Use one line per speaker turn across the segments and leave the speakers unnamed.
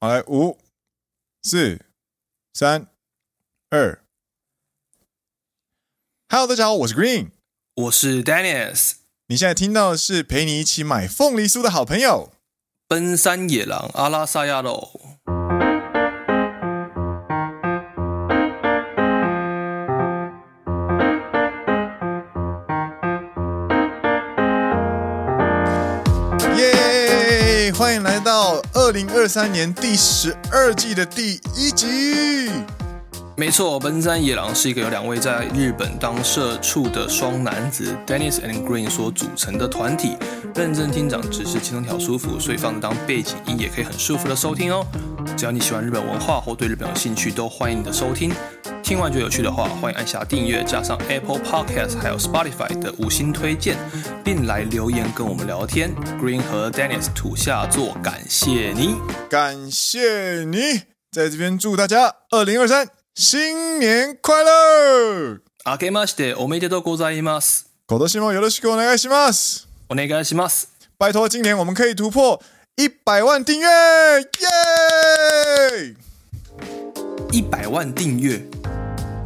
好，来五、四、三、二。Hello，大家好，我是 Green。
我是 Dennis，
你现在听到的是陪你一起买凤梨酥的好朋友。
奔山野狼阿拉萨亚喽。
耶！欢迎来到二零二三年第十二季的第一集。
没错，奔山野狼是一个由两位在日本当社畜的双男子 Dennis and Green 所组成的团体。认真听讲只是其中一条舒服，所以放着当背景音也可以很舒服的收听哦。只要你喜欢日本文化或对日本有兴趣，都欢迎你的收听。听完觉得有趣的话，欢迎按下订阅，加上 Apple Podcast 还有 Spotify 的五星推荐，并来留言跟我们聊天。Green 和 Dennis 土下座，感谢你。
感谢你在这边祝大家二零二三新年快乐！
あけましておめでとうございます。
口头新闻有ろしくお願いします。
お願いします。
拜托，今年我们可以突破一百万订阅，耶！
一百万订阅，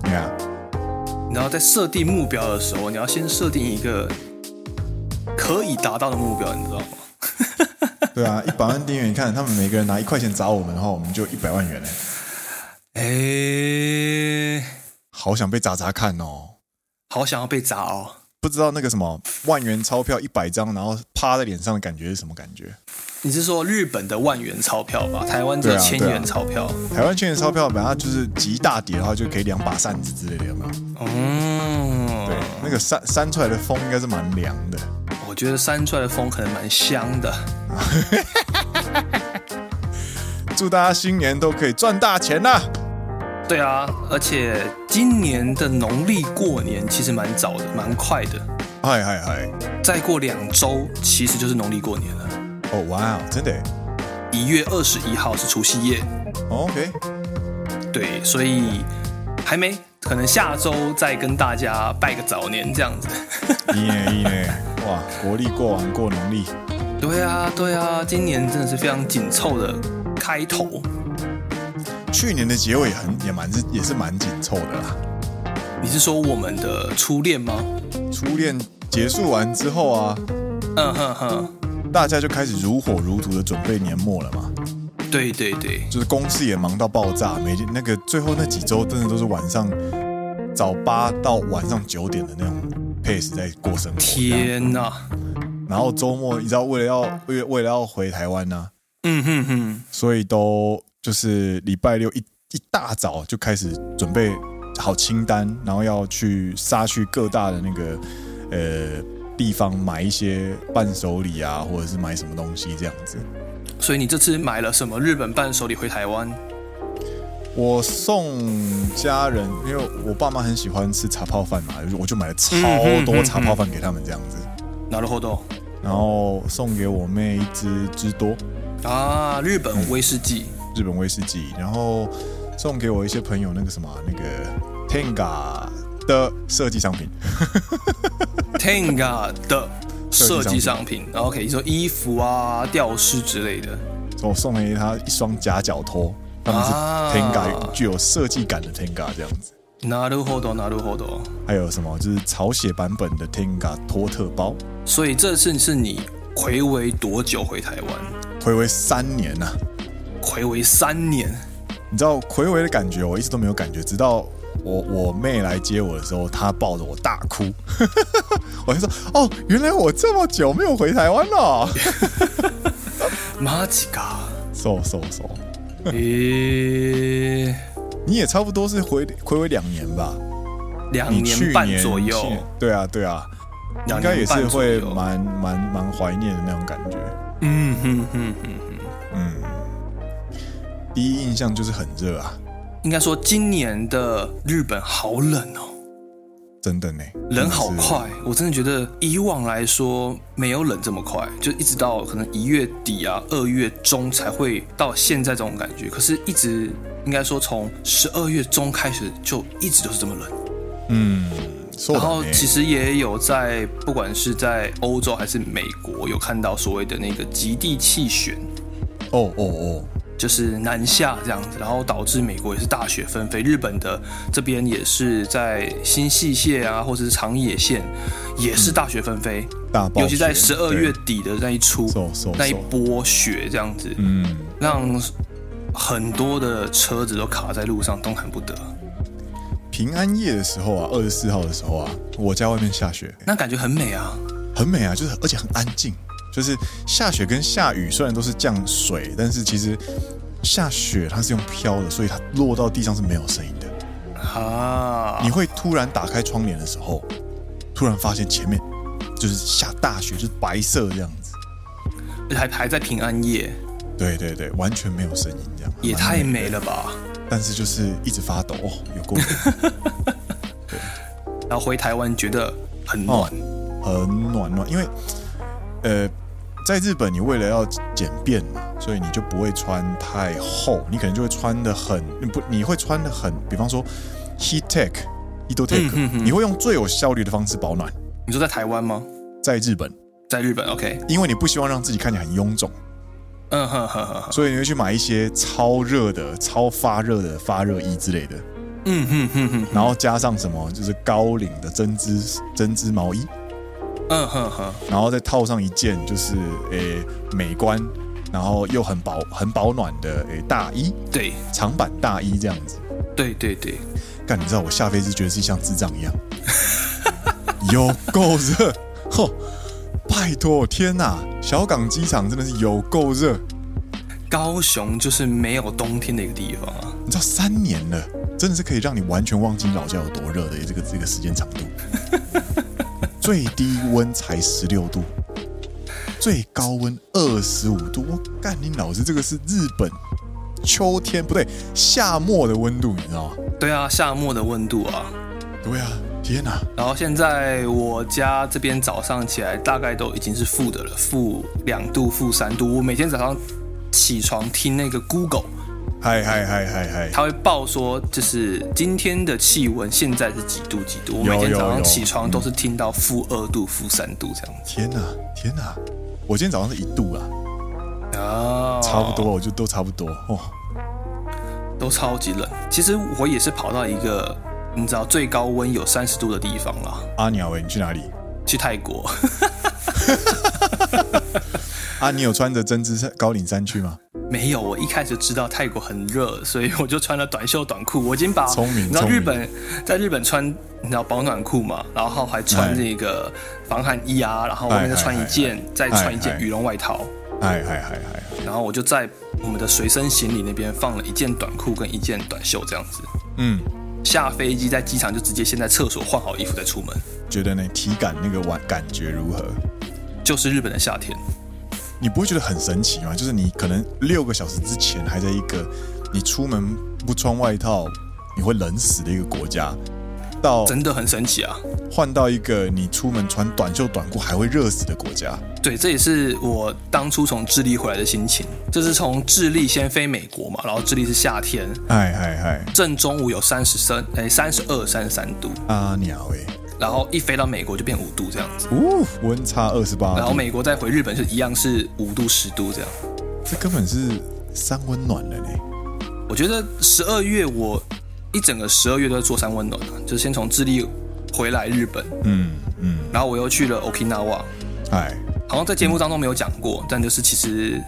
你看，
然后在设定目标的时候，你要先设定一个可以达到的目标，你知道吗？
对啊，一百万订阅，你看他们每个人拿一块钱砸我们的话，我们就一百万元嘞，欸
哎，
好想被砸砸看哦！
好想要被砸哦！
不知道那个什么万元钞票一百张，然后趴在脸上的感觉是什么感觉？
你是说日本的万元钞票吧？台湾
对
的
啊
千
对啊
元钞票？
台湾券的钞票本来它就是极大跌的话，就可以两把扇子之类的，有没有？
嗯，
对，那个扇扇出来的风应该是蛮凉的。
我觉得扇出来的风可能蛮香的。
祝大家新年都可以赚大钱啦！
对啊，而且今年的农历过年其实蛮早的，蛮快的，
嗨嗨嗨！
再过两周其实就是农历过年了。
哦哇哦，真的耶
一月二十一号是除夕夜，
哦，OK。
对，所以还没，可能下周再跟大家拜个早年这样子。
一年一年，哇，国历过完过农历，
对啊，对啊，今年真的是非常紧凑的开头。
去年的结尾也很也蛮也是蛮紧凑的啦。
你是说我们的初恋吗？
初恋结束完之后啊，
嗯哼哼，
大家就开始如火如荼的准备年末了嘛，
对对对，
就是公司也忙到爆炸，每天那个最后那几周真的都是晚上早八到晚上九点的那种 pace 在过生活这样，
天哪，
然后周末你知道为了要为为了要回台湾呢、啊
嗯哼哼，
所以都就是礼拜六一一大早就开始准备好清单，然后要去杀去各大的那个呃地方买一些伴手礼啊，或者是买什么东西这样子。
所以你这次买了什么日本伴手礼回台湾？
我送家人，因为我爸妈很喜欢吃茶泡饭嘛，我就买了超多茶泡饭给他们这样子，
拿了活动
然后送给我妹一支芝多
啊，日本威士忌，
日本威士忌，然后送给我一些朋友那个什么那个 Tenga 的设计商品。
Tenga 的
设
设
计
计
商
商品。OK，你说衣服啊、吊饰之类的。
我送给他一双夹脚拖，他们是
啊
Tenga、具有设计感的 Tenga 这样子，
なるほど，なるほど。
还有什么就是草写版本的 Tenga 托特包，
所以这次是你暌违多久回台湾？
暌违三年呐、
暌违三年。
你知道暌违的感觉，我一直都没有感觉，直到我我妹来接我的时候，她抱着我大哭， 我就说哦，原来我这么久没有回台湾了，
マジ か。
so so so，
诶、
你也差不多是回暌违两年吧，
两
你去
年半
年
左右
去，年对啊对啊，应
两
该也
年半
是
左右
会蛮蛮蛮怀念的那种感觉。
嗯哼哼哼，
嗯，第一印象就是很热啊，
应该说今年的日本好冷哦，
真的呢，
冷好
真的是。
快。我真的觉得以往来说没有冷这么快，就一直到可能一月底啊、二月中才会到现在这种感觉。可是，一直应该说从十二月中开始就一直都是这么冷。
嗯，说
然
的
后
呢，
其实也有在，不管是在欧洲还是美国，有看到所谓的那个极地气旋。
欸哦哦哦，
就是南下这样子，然后导致美国也是大雪纷飞，日本的这边也是在新细蟹啊，或者是长野县也是大雪纷飞，
大暴雪，
尤其在十二月
对
底的那一出
So, so,
那一
so
波雪这样子，
嗯，
让很多的车子都卡在路上，动弹不得。
平安夜的时候啊，二十四号的时候啊，我家外面下雪，
那感觉很美啊，
很美啊，就是而且很安静。就是下雪跟下雨虽然都是降水，但是其实下雪它是用飘的，所以它落到地上是没有声音的。
啊
你，会突然打开窗帘的时候，突然发现前面就是下大雪，就是白色这样子。
而且还还在平安夜，
对对对，完全没有声音这样，
也
蛮
太
的
美了吧！
但是就是一直发抖，哦、有 够
然后回台湾觉得很
哦
暖，，
很暖暖。因为呃，在日本你为了要简便嘛，所以你就不会穿太厚，你可能就会穿的很你不，你会穿的很，比方说 heat tech、heat tech，、
嗯哼哼
你会用最有效率的方式保暖。
你说在台湾吗？
在日本，
在日本，OK，
因为你不希望让自己看起来很臃肿，
嗯哼哼哼哼，
所以你会去买一些超热的、超发热的发热衣之类的，
嗯哼哼哼，
然后加上什么就是高领的针织针织毛衣，
嗯哼哼，
然后再套上一件就是诶、美观，然后又很保很保暖的诶、大衣，
对
长版大衣这样子。
对对对，
干，你知道我下飞机觉得自己像智障 一样，有够热，吼！拜托，天哪，小港机场真的是有够热，
高雄就是没有冬天的一个地方啊，
你知道三年了，真的是可以让你完全忘记老家有多热的这个这个时间长度。最低温才十六度，最高温二十五度。我干你老子，这个是日本秋天不对夏末的温度，你知道吗？
对啊，夏末的温度啊。
对啊，天哪！
然后现在我家这边早上起来大概都已经是负的了，负两度、负三度。我每天早上起床听那个 Google，
嗨嗨嗨嗨嗨！
它会报说就是今天的气温现在是几度几度。我每天
有
早上
有
起床都是听到负二度、负三度这样子
天哪，天哪！我今天早上是一度啊，
啊，
差不多，我就都差不多哦。
都超级冷。其实我也是跑到一个你知道最高温有三十度的地方啦，
阿鸟欸喂，你去哪里？
去泰国。
啊，你有穿着针织衫高领衫去吗？
没有，我一开始知道泰国很热，所以我就穿了短袖短裤。我已经把
聪明
你知道
聪
日
明
本在日本穿你知道保暖裤嘛，然后还穿
哎
这个防寒衣啊，然后外面再穿一件，再穿一件
哎哎
羽绒外套，
嗨嗨嗨嗨！
然后我就在我们的随身行李那边放了一件短裤跟一件短袖这样子。
嗯，
下飞机在机场就直接先在厕所换好衣服再出门，
觉得呢？体感那个晚感觉如何？
就是日本的夏天。
你不会觉得很神奇吗？就是你可能六个小时之前还在一个你出门不穿外套你会冷死的一个国家，到
真的很神奇啊！
换到一个你出门穿短袖短裤还会热死的国家。
对，这也是我当初从智利回来的心情。这是从智利先飞美国嘛，然后智利是夏天，
嗨嗨嗨，
正中午有三十三，哎，三十二、三十三度，
阿鸟哎，
然后一飞到美国就变五度这样子，
呜，温差二十八
然后
度，
美国再回日本是一样是五度、十度这样。
这根本是三温暖了嘞。
我觉得十二月我一整个十二月都在做三温暖啊，就是先从智利回来日本，
嗯哎嗯，
然后我又去了 Okinawa，
嗨，
好像在节目当中没有讲过，但就是其实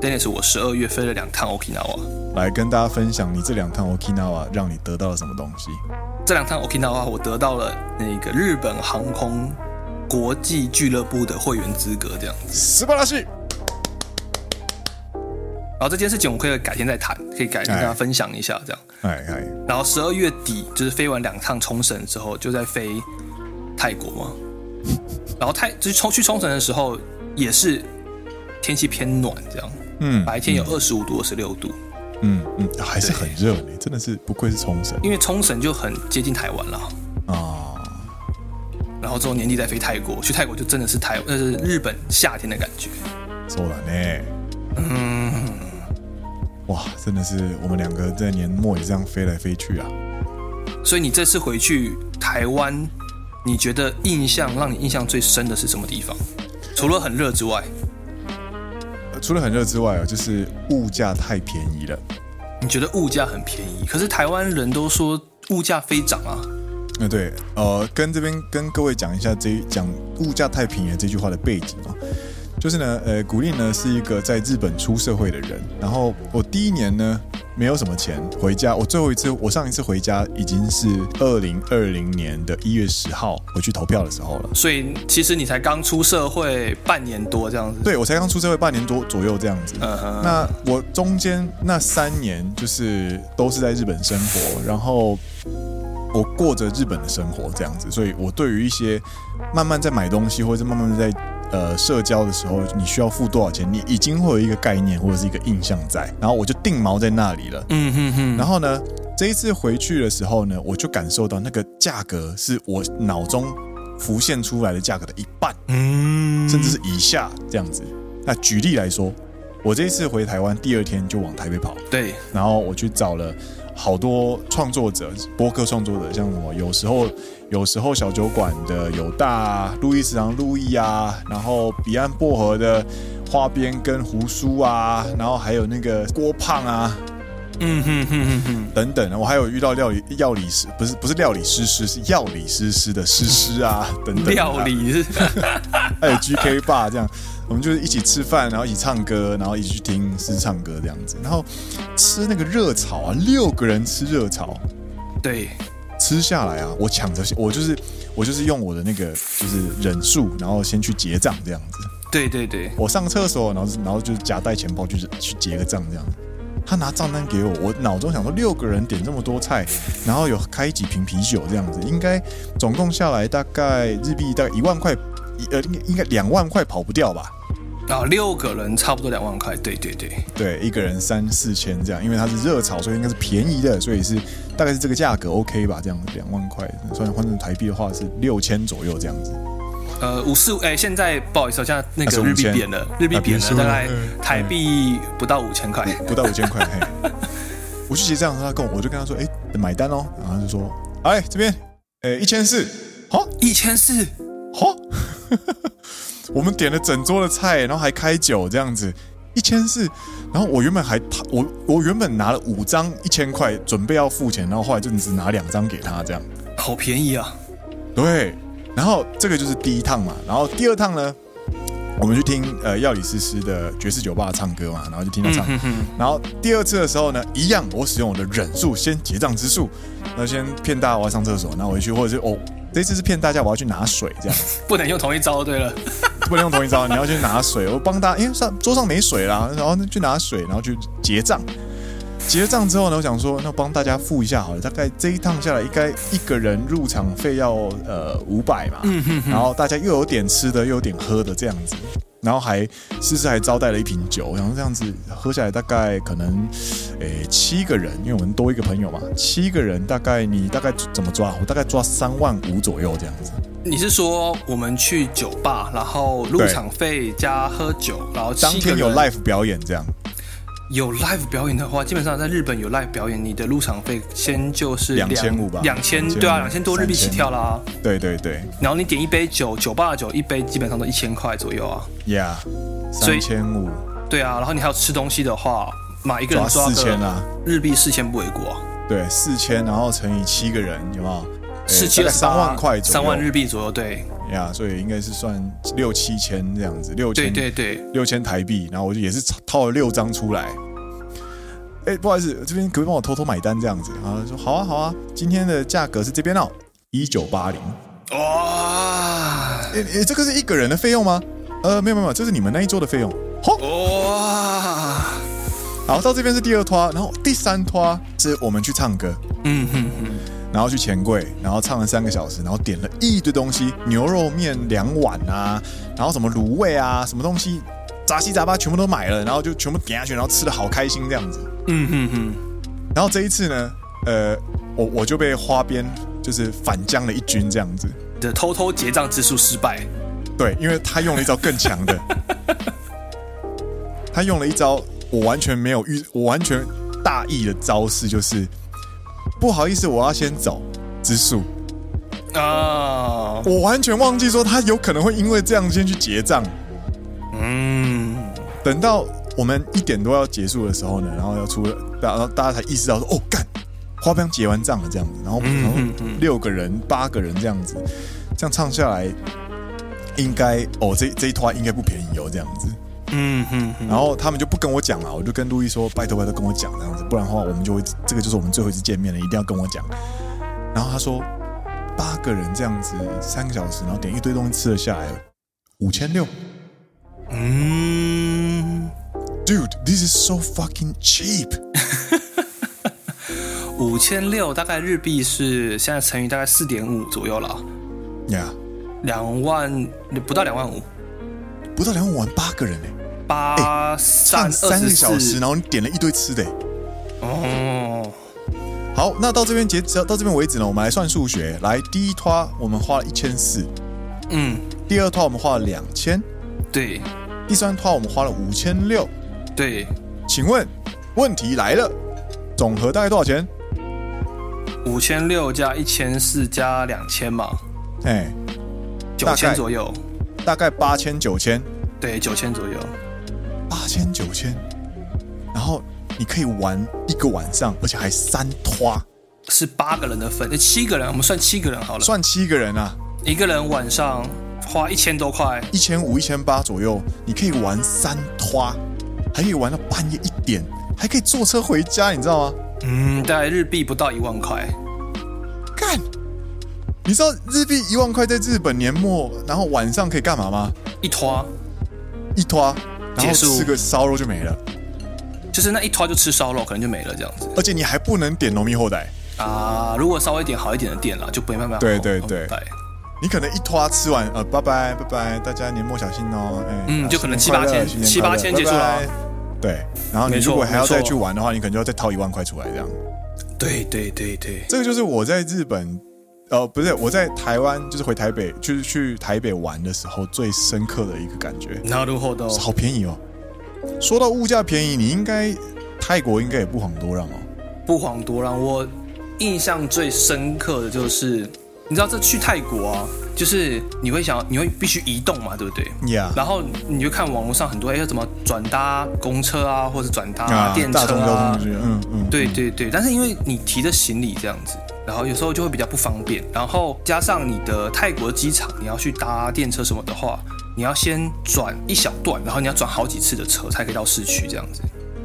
Dennis 我十二月飞了两趟 Okinawa。
来跟大家分享你这两趟 Okinawa 让你得到了什么东西？
这两趟 Okinawa 我得到了那个日本航空国际俱乐部的会员资格，这样子。
斯巴拉西，
然后这件事情我可以改天再谈，可以改天跟大家分享一下这样。
嗨嗨，
然后十二月底就是飞完两趟冲绳之后，就在飞泰国嘛。然后泰就是冲去冲绳的时候也是天气偏暖，这样
嗯
白天有二十五度、二十六度，
嗯嗯，还是很热呢，真的是不愧是冲绳
因为冲绳就很接近台湾了。
啊。
然后之后年底再飞泰国，去泰国就真的是台，那是日本夏天的感觉。
そうだね。嗯，哇，真的是我们两个在年末也这样飞来飞去啊。
所以你这次回去台湾，你觉得印象让你印象最深的是什么地方？除了很热之外，
呃除了很热之外啊，就是物价太便宜了。
你觉得物价很便宜，可是台湾人都说物价飞涨啊。
那对，呃，跟这边跟各位讲一下这一讲物价太便宜了这句话的背景啊，就是呢，呃，古力呢是一个在日本出社会的人，然后我第一年呢没有什么钱回家，我最后一次我上一次回家已经是二零二零年的一月十号我去投票的时候了。
所以其实你才刚出社会半年多这样子。
对，我才刚出社会半年多左右这样子。
嗯哼，
那我中间那三年就是都是在日本生活，然后我过着日本的生活这样子，所以我对于一些慢慢在买东西或者是慢慢在呃社交的时候，你需要付多少钱，你已经会有一个概念或者是一个印象在，然后我就定锚在那里了。
嗯哼哼，
然后呢，这一次回去的时候呢，我就感受到那个价格是我脑中浮现出来的价格的一半。
嗯，
甚至是以下这样子。那举例来说，我这一次回台湾，第二天就往台北跑，
对，
然后我去找了好多创作者，播客创作者，像什么有时候有时候小酒馆的有大路易斯堂路易啊，然后彼岸薄荷的花边跟胡叔啊，然后还有那个郭胖啊
嗯哼哼哼哼，
等等，我还有遇到料理料理师，不是不是料理师师是药理师师的师师啊等等、啊，
料理是，
还有 GK 爸这样，我们就是一起吃饭，然后一起唱歌，然后一起去听诗唱歌这样子，然后吃那个热炒啊，六个人吃热炒，
对，
吃下来啊，我抢着我就是我就是用我的那个就是忍数，然后先去结账这样子，
对对对，
我上厕所，然后然后就是夹带钱包去去结个账这样。他拿账单给我，我脑中想说六个人点这么多菜，然后有开几瓶啤酒这样子，应该总共下来大概日币大概一万块，一呃应该应该两万块跑不掉吧？
啊，六个人差不多两万块，对对对，
对，一个人三四千这样，因为它是热炒，所以应该是便宜的，所以是大概是这个价格 OK 吧？这样子两万块，算换成台币的话是六千左右这样子。
呃，五四哎，现在不好意思哦，现在那
啊是
个日币
5000
贬了，日币
啊贬
贬了，
是吗
大概台币不到五千块，
不到五千块。嘿，我去结账的时候，他跟我，我就跟他说，哎、买单哦，然后他就说，哎，这边，呃、一千四，好，
一千四，
好， 我们点了整桌的菜，然后还开酒这样子，一千四。然后我原本还我我原本拿了五张一千块，准备要付钱，然后后来就只拿两张给他这样。
好便宜啊，
对，然后这个就是第一趟嘛，然后第二趟呢，我们去听呃药理诗诗的爵士酒吧唱歌嘛，然后就听他唱。
嗯哼哼，
然后第二次的时候呢，一样我使用我的忍术先结账之术，那先骗大家我要上厕所，那我回去或者是哦，这次是骗大家我要去拿水这样，
不能用同一招，对了，
不能用同一招，你要去拿水，我帮大家，因为上桌上没水啦，然后去拿水，然后去结账。结账之后呢，我想说，那帮大家付一下好了，大概这一趟下来，应该一个人入场费要呃五百嘛，
嗯
然后大家又有点吃的，又有点喝的这样子，然后还思思还招待了一瓶酒，然后这样子喝下来大概可能，诶七个人，因为我们多一个朋友嘛，七个人大概你大概怎么抓？我大概抓三万五左右这样子，
你是说我们去酒吧，然后入
对
场费加喝酒，然后
当
七个
天有
人
live 表演这样。
有 live 表演的话，基本上在日本有 live 表演，你的入场费先就是
2500吧
两千对啊，两千
2000
多日币起跳啦。
对对对
然后你点一杯酒，酒吧的酒一杯基本上都一千块左右啊，
，Yeah，
所
三
以
千五
对啊。然后你还有吃东西的话，买一个
抓
人抓
四千
个
啊，
日币四千不为过啊，
对，四千，然后乘以七个人，有没有？
四千
哎三万块左右，
三万日币左右，对
呀所以应该是算六七千这样子，六
对
千
对对，
六千台币，然后我就也是套了六张出来。哎，不好意思，这边可不可以帮我偷偷买单这样子？然后他说好啊好啊，今天的价格是这边哦，一九八零。
哇
哎哎，这个是一个人的费用吗？呃，没有没有没有，这是你们那一桌的费用。好、
哇，
然后到这边是第二拖，然后第三拖是我们去唱歌，
嗯哼哼，
然后去钱柜，然后唱了三个小时，然后点了一堆东西，牛肉面两碗啊，然后什么卤味啊，什么东西，杂七杂八全部都买了，然后就全部点下去，然后吃的好开心这样子。
嗯哼哼，
然后这一次呢，呃，我我就被花边就是反将了一军这样子，
你的偷偷结账之术失败，
对，因为他用了一招更强的，他用了一招我完全没有预，我完全大意的招式，就是不好意思，我要先走之术。
啊，
我完全忘记说他有可能会因为这样先去结账，
嗯。
等到我们一点多要结束的时候呢，然后要出，然后大家才意识到说，哦，干，花标结完账了这样子，然后然后
嗯嗯嗯
六个人、八个人这样子，这样唱下来，应该哦，这这一团应该不便宜哦，这样子。
嗯嗯嗯，
然后他们就不跟我讲了，我就跟路易说：“拜托拜托，跟我讲这样子，不然的话我们就会这个就是我们最后一次见面了，一定要跟我讲。”然后他说：“八个人这样子，三个小时，然后点一堆东西吃了下来，五千六
嗯，
，Dude，this is so fucking cheap。
五千六大概日币是现在乘以大概四点五左右了啊，
”Yeah，
两万不到两万五，
不到两万八个人哎、欸，
八
唱
三
三个小时，
呢。
然后你点了一堆吃的、欸。
哦，
好，那到这边截止到这边为止呢，我们来算数学。来，第一拖我们花了一千四，
嗯，
第二拖我们花了两千，
对
第三拖我们花了五千六。
对，
请问，问题来了，总和大概多少钱？
五千六加一千四加两千嘛，
哎，
九
大概
千左右，
大概八千九千，
对，九千左右，
八千九千，然后你可以玩一个晚上，而且还三拖，
是八个人的份，诶七个人，我们算七个人好了，
算七个人啊，
一个人晚上花一千多块，
一千五、一千八左右，你可以玩三拖，还可以玩到半夜一点，还可以坐车回家，你知道吗？
嗯，大概日币不到一万块，
干，你知道日币一万块在日本年末，然后晚上可以干嘛吗？
一拖
一拖，然后
结束
吃个烧肉就没了，
就是那一拖就吃烧肉，可能就没了这样子
而且你还不能点农民后代。
啊。如果稍微一点好一点的店啦，就没办法。
对对对
对
你可能一拖吃完，呃，拜拜拜拜，大家年末小心哦。哎
嗯
啊
就可能
新年快乐
七八
新年快乐
千七八千结束了啊
拜拜对，然后你
没错
如果还要再
没错
去玩的话，你可能就要再掏一万块出来这样。
对对对对，
这个就是我在日本，呃，不是我在台湾，就是回台北，就是去台北玩的时候最深刻的一个感觉，
那如后都
好便宜哦。说到物价便宜，你应该泰国应该也不遑多让哦。
不遑多让。我印象最深刻的就是，你知道这去泰国啊，就是你会想你会必须移动嘛，对不对？
呀、
然后你就看网络上很多，哎，要怎么转搭公车啊，或者转搭、
啊，
电车
大
啊，
众交通工具，嗯嗯，
对对对，但是因为你提着行李这样子，然后有时候就会比较不方便，然后加上你的泰国机场，你要去搭电车什么的话，你要先转一小段，然后你要转好几次的车才可以到市区这样子。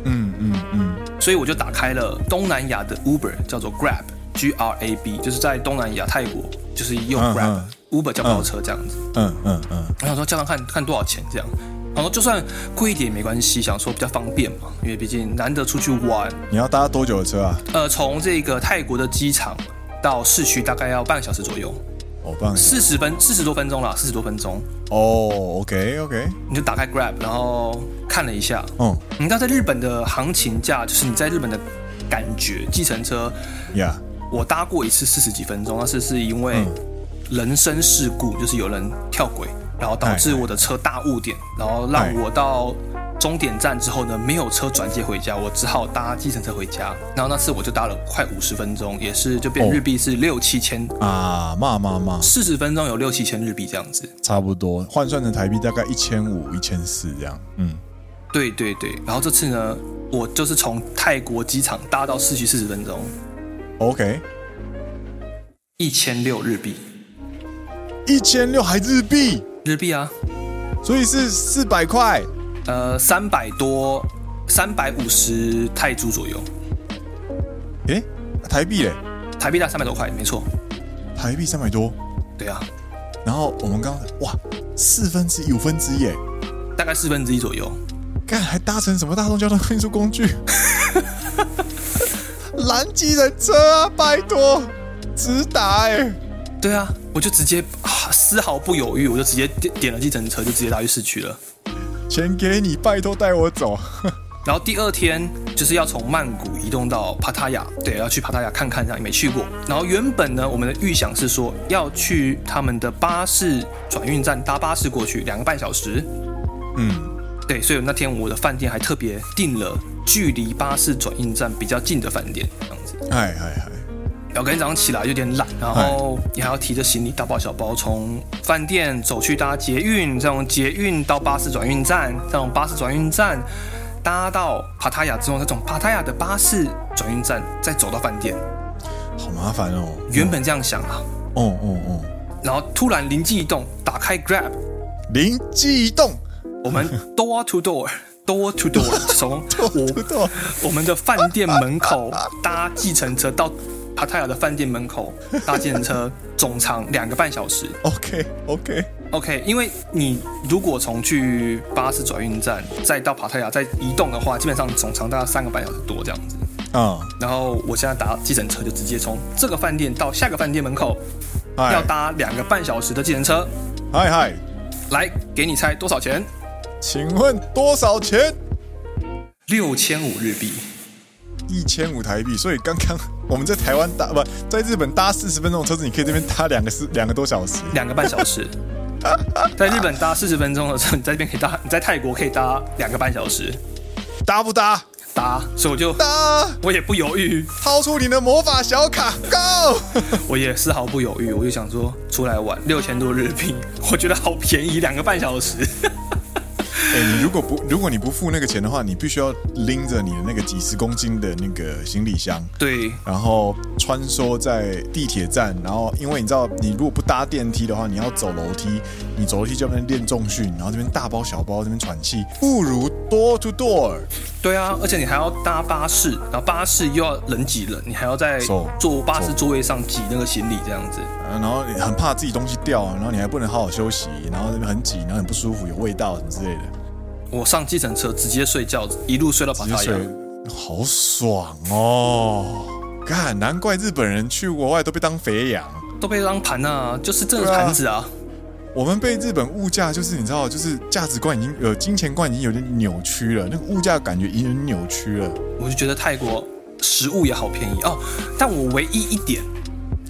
嗯嗯嗯，
所以我就打开了东南亚的 Uber，叫做 Grab。G R A B 就是在东南亚泰国，就是用
嗯
Grab、
嗯
Uber 叫包车这样子。
嗯嗯嗯，
我想说叫他看看多少钱这样，然后就算贵一点也没关系，想说比较方便嘛，因为毕竟难得出去玩，
你要搭多久的车啊？
呃，从这个泰国的机场到市区大概要半个小时左右，
哦，棒
四十分四十多分钟啦，四十多分钟，
哦，OK OK，
你就打开 Grab，然后看了一下，
嗯
你知道在日本的行情价，就是你在日本的感觉，计程车
呀。Yeah.
我搭过一次四十几分钟，那是是因为
嗯
人身事故，就是有人跳轨，然后导致
哎哎
我的车大误点，然后
哎
让我到终点站之后呢，没有车转接回家，我只好搭计程车回家。然后那次我就搭了快五十分钟，也是就变
哦
日币是六七千，
啊，骂骂骂，
四十分钟有六七千日币这样子。
差不多换算成台币大概一千五、一千四这样。嗯，
对对对，然后这次呢，我就是从泰国机场搭到市区四十分钟，
OK，
一千六日币，
一千六还日币，
日币啊，
所以是四百块。
呃，三百多，三百五十泰铢左右。
诶，台币嘞，
台币大概三百多块，没错。
台币三百多。
对啊，
然后我们刚刚哇，四分之一、五分之一，哎，
大概四分之一左右。
干还搭乘什么大众交通运输工具？ 蓝机人车啊，拜托，直达哎。
对啊，我就直接、啊、丝毫不犹豫，我就直接点点了计程车，就直接搭去市区了。
钱给你，拜托带我走。
然后第二天就是要从曼谷移动到帕塔亚，对，要去帕塔亚看看，这样没去过。然后原本呢，我们的预想是说要去他们的巴士转运站搭巴士过去，两个半小时。
嗯，
对，所以那天我的饭店还特别订了距离巴士转运站比较近的饭店，这样子。
哎哎哎，
然后隔天早上起来有点懒，然后你还要提着行李大包小包从饭店走去搭捷运，再从捷运到巴士转运站，再从巴士转运站搭到帕塔亚之后，再从帕塔亚的巴士转运站再走到饭店。
好麻烦哦。
原本这样想啊，
哦哦哦，
然后突然灵机一动，打开 Grab，
灵机一动，
我们 door to door。Door to door，从
不
我
动，
我们的饭店门口搭计程车到帕塔亚的饭店门口搭计程车，总长两个半小时。
OK OK，
OK，因为你如果从去巴士转运站再到帕塔亚再移动的话，基本上总长大概三个半小时多这样子。
啊、
然后我现在打计程车就直接从这个饭店到下个饭店门口，要
嗨
搭两个半小时的计程车。
嗨嗨，
来，给你猜多少钱？
请问多少钱？
六千五日币。
一千五台币，所以刚刚我们在台湾搭不在日本搭四十分钟的车子，你可以这边搭两个是两个多小时。
两个半小时。在日本搭四十分钟的时候，你在这边可以搭，你在泰国可以搭两个半小时
搭不搭？
搭，所以我就
搭！
我也不犹豫，
掏出你的魔法小卡，Go！
我也丝毫不犹豫，我就想说出来玩六千多日币， 我觉得好便宜，两个半小时。
哎、你如果不如果你不付那个钱的话，你必须要拎着你的那个几十公斤的那个行李箱，
对，
然后穿梭在地铁站，然后因为你知道，你如果不搭电梯的话，你要走楼梯，你走楼梯就要在那边练重训，然后这边大包小包这边喘气，不如 door to door。
对啊，而且你还要搭巴士，然后巴士又要人挤人，你还要在
走
坐巴士
走
座位上挤那个行李这样子。
然后你很怕自己东西掉，然后你还不能好好休息，然后很挤，然后很不舒服，有味道什么之类的，
我上计程车直接睡觉，一路睡到巴
直接
塔亚
睡。，好爽哦！看，难怪日本人去国外都被当肥羊。
都被当盘啊，就是这个
对啊
盘子啊。
我们被日本物价就是你知道，就是价值观已经呃金钱观已经有点扭曲了，那个物价感觉已经扭曲了。
我就觉得泰国食物也好便宜哦。但我唯一一点，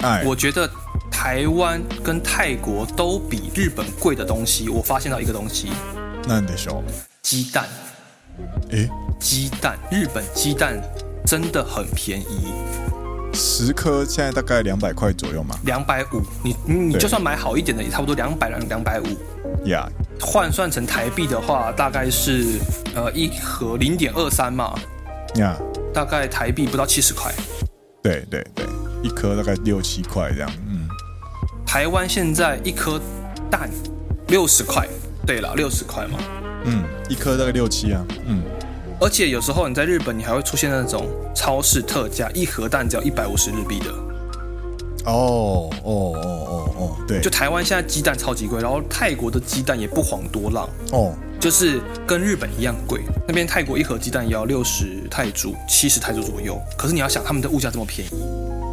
哎，
我觉得台湾跟泰国都比日本贵的东西，我发现到一个东西，
那你得修。
鸡蛋，
哎，
鸡蛋，日本鸡蛋真的很便宜，
十颗现在大概两百块左右嘛。
两百五，你你
对
就算买好一点的，也差不多两百两百五。
呀、
换算成台币的话，大概是呃一盒零点二三嘛，
呀、
大概台币不到七十块。
对对对，一颗大概六七块这样。嗯，
台湾现在一颗蛋六十块，对了，六十块嘛。
嗯，一颗大概六七啊，嗯，
而且有时候你在日本，你还会出现那种超市特价，一盒蛋只要一百五十日币的。
哦哦哦哦哦，对，
就台湾现在鸡蛋超级贵，然后泰国的鸡蛋也不遑多让，
哦，
就是跟日本一样贵。那边泰国一盒鸡蛋也要六十泰铢、七十泰铢左右，可是你要想他们的物价这么便宜，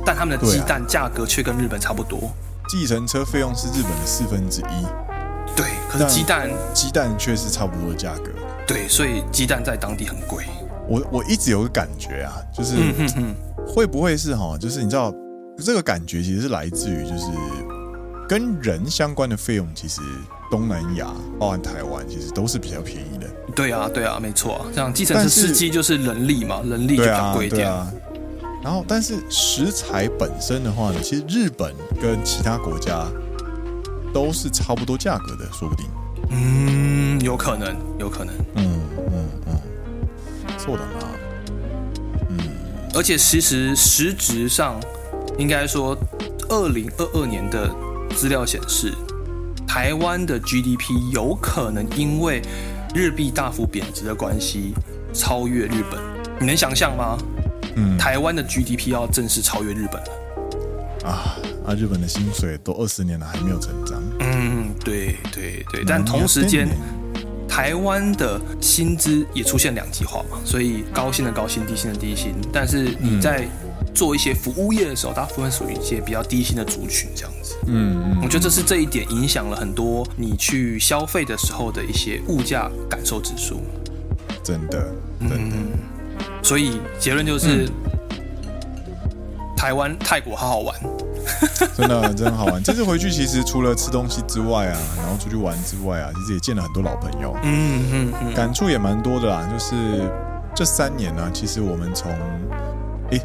但他们的
对啊
鸡蛋价格却跟日本差不多。
计程车费用是日本的四分之一，
对，可是
但
鸡蛋
鸡蛋却是差不多的价格。
对，所以鸡蛋在当地很贵。
我我一直有个感觉啊，就是
嗯哼哼，
会不会是哈，就是你知道这个感觉其实是来自于就是跟人相关的费用，其实东南亚包含台湾其实都是比较便宜的。
对啊，对啊，没错啊。像计程
但
车
是
司机就是人力嘛，人力就
对
比较
啊，
贵一
对
点。
啊。然后，但是食材本身的话呢，其实日本跟其他国家都是差不多价格的，说不定。
嗯，有可能，有可能。
嗯嗯嗯，そうだな。
而且其实实质上，应该说，二零二二年的资料显示，台湾的 GDP 有可能因为日币大幅贬值的关系超越日本。你能想象吗？
嗯
台湾的 GDP 要正式超越日本了。
啊啊！日本的薪水都二十年了还没有成长，
嗯，对对对。但
啊
同时间，台湾的薪资也出现两极化嘛，所以高薪的高薪，低薪的低薪。但是你在做一些服务业的时候，大部分属于一些比较低薪的族群这样子。
嗯
我觉得这是这一点影响了很多你去消费的时候的一些物价感受指数。
嗯，真的
嗯
真的，
所以结论就是，
嗯
台湾、泰国好好玩。
真的真好玩。这次回去其实除了吃东西之外啊，然后出去玩之外啊，其实也见了很多老朋友，
嗯嗯嗯，
感触也蛮多的啦。就是这三年呢、其实我们从诶，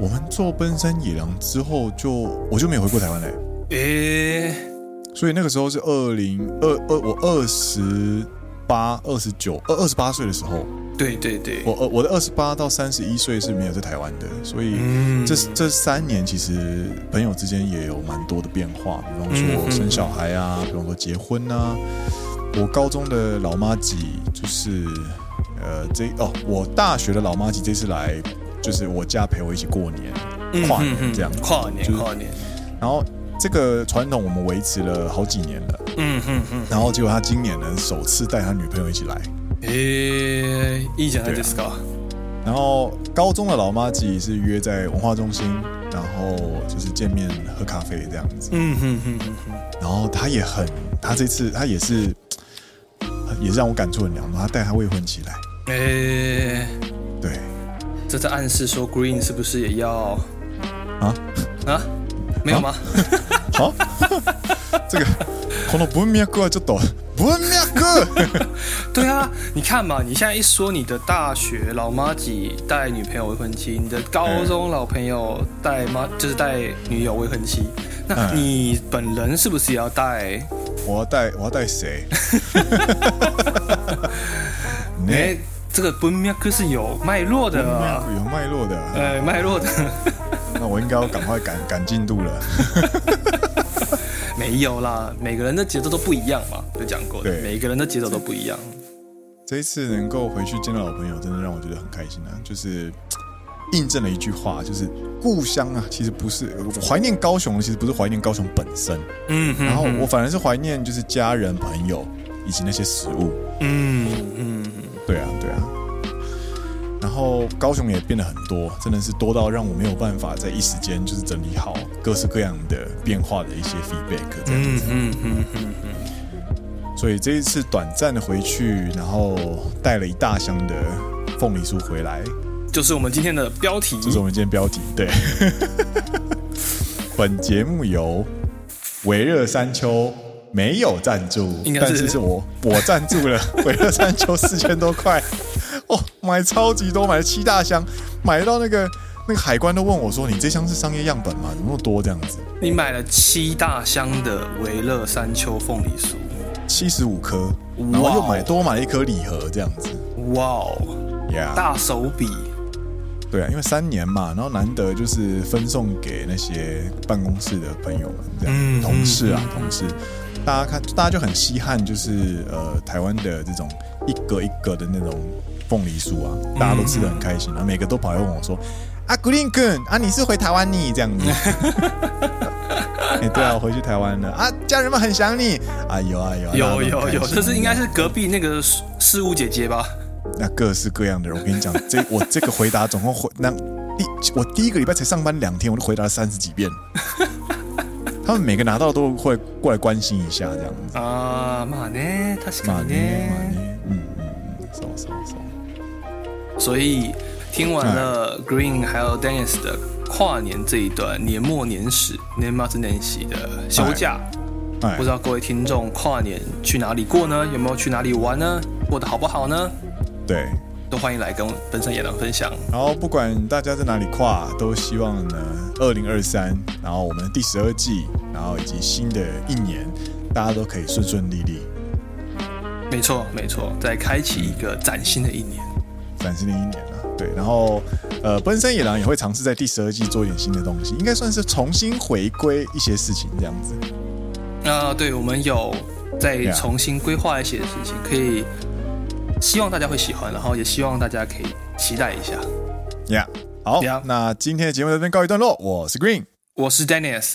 我们做奔山野狼之后就，我就没有回过台湾嘞、
诶、
所以那个时候是二零二二，我二十八、二十九、二二十八岁的时候，
对对对，
我呃我的二十八到三十一岁是没有在台湾的，所以
嗯
这这三年其实朋友之间也有蛮多的变化，比方
嗯
说
嗯
生小孩啊，比方说结婚啊。我高中的老妈级就是呃这哦，我大学的老妈级这次来就是我家陪我一起过年跨
嗯嗯
年
嗯
这样，
跨年
就是
跨年，
然后这个传统我们维持了好几年了，
嗯嗯嗯，
然后结果他今年呢首次带他女朋友一起来，
诶，いいじゃ
啊
ないですか。
然后高中的老妈级是约在文化中心，然后就是见面喝咖啡这样子。
嗯嗯嗯嗯嗯，
然后他也很，他这次他也是，也是让我感触很良多。他带他未婚妻来，
诶，
对
这在暗示说 Green 是不是也要
啊，
啊？没有吗？
好、 这个この文脈はちょっと文脈，
对啊，你看嘛，你现在一说你的大学老妈几带女朋友未婚妻，你的高中老朋友带妈就是带女友未婚妻，那
嗯
你本人是不是也要带？
我要带我要带谁？
哎，这个文脈是有脉络的啊，
有脉络的，
呃，脉络的
那我应该要赶快赶赶进度了。
没有啦，每个人的节奏都不一样嘛，就讲过的，
对
每个人的节奏都不一样。
这一次能够回去见到老朋友，真的让我觉得很开心啊！就是嘖印证了一句话，就是故乡啊，其实不是我怀念高雄，其实不是怀念高雄本身，
嗯，
然
然
后我反而是怀念就是家人、朋友以及那些食物。
嗯嗯
对啊，对啊。然后高雄也变得很多，真的是多到让我没有办法在一时间就是整理好各式各样的变化的一些 feedback 这样
嗯
子。
嗯嗯嗯嗯，
所以这一次短暂的回去，然后带了一大箱的凤梨酥回来，
就是我们今天的标题，
这是我们今天标题。对， 本节目由维热山丘没有赞助，
应该是
但是是我我赞助 了维热山丘四千多块，哦，买超级多，买了七大箱，买到那个那个海关都问我说：“你这箱是商业样本吗？怎么那么多这样子？
你买了七大箱的维乐山丘凤梨酥，
七十五颗，
哇哦
然后又买多买了一颗礼盒这样子。”
哇哦，
呀，
大手笔，
对啊，因为三年嘛，然后难得就是分送给那些办公室的朋友们，这样、
嗯
同事啊、
嗯
同事，大家看，大家就很稀罕，就是呃台湾的这种一格一格的那种凤梨酥啊，
嗯
大家都吃的很开心，然后每个都跑来问我说：“啊，古林君啊，你是回台湾你这样 子？”哎、对啊，我回去台湾了啊，家人们很想你啊，有啊有啊，
有
大家都很
有
开
有，
心
这是应该是隔壁那个事事务姐姐吧？
那各式各样的人，我跟你讲，这 我这个回答总共回那第我第一个礼拜才上班两天，我就回答了三十几遍。他们每个拿到都会过来关心一下，这样子。
啊，まあね、確
马捏马
かにね。
捏，嗯嗯嗯，收收收。
所以听完
哎
了 Green 还有 Dennis 的跨年这一段年末年始、年末年始的休假，
哎
不知，道各位听众跨年去哪里过呢？有没有去哪里玩呢？过得好不好呢？
对。
都欢迎来跟本山野狼分享。
然后不管大家在哪里跨，都希望呢，二零二三，然后我们的第十二季，然后以及新的一年，大家都可以顺顺利利，
没错，没错，再开启一个崭新的一年。
崭新的一年了。对，然后呃，奔山野狼也会尝试在第十二季做一点新的东西，应该算是重新回归一些事情这样子。
那、对我们有再
Yeah
重新规划一些事情，可以希望大家会喜欢，然后也希望大家可以期待一下。
Yeah，好
Yeah
那今天的节目到这边告一段落。我是 Green，
我是 Dennis，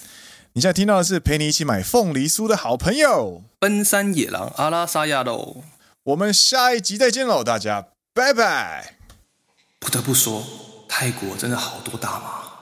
你现在听到的是陪你一起买凤梨酥的好朋友。
奔山野狼阿拉萨亚喽。
我们下一集再见喽，大家拜拜。
不得不说，泰国真的好多大麻。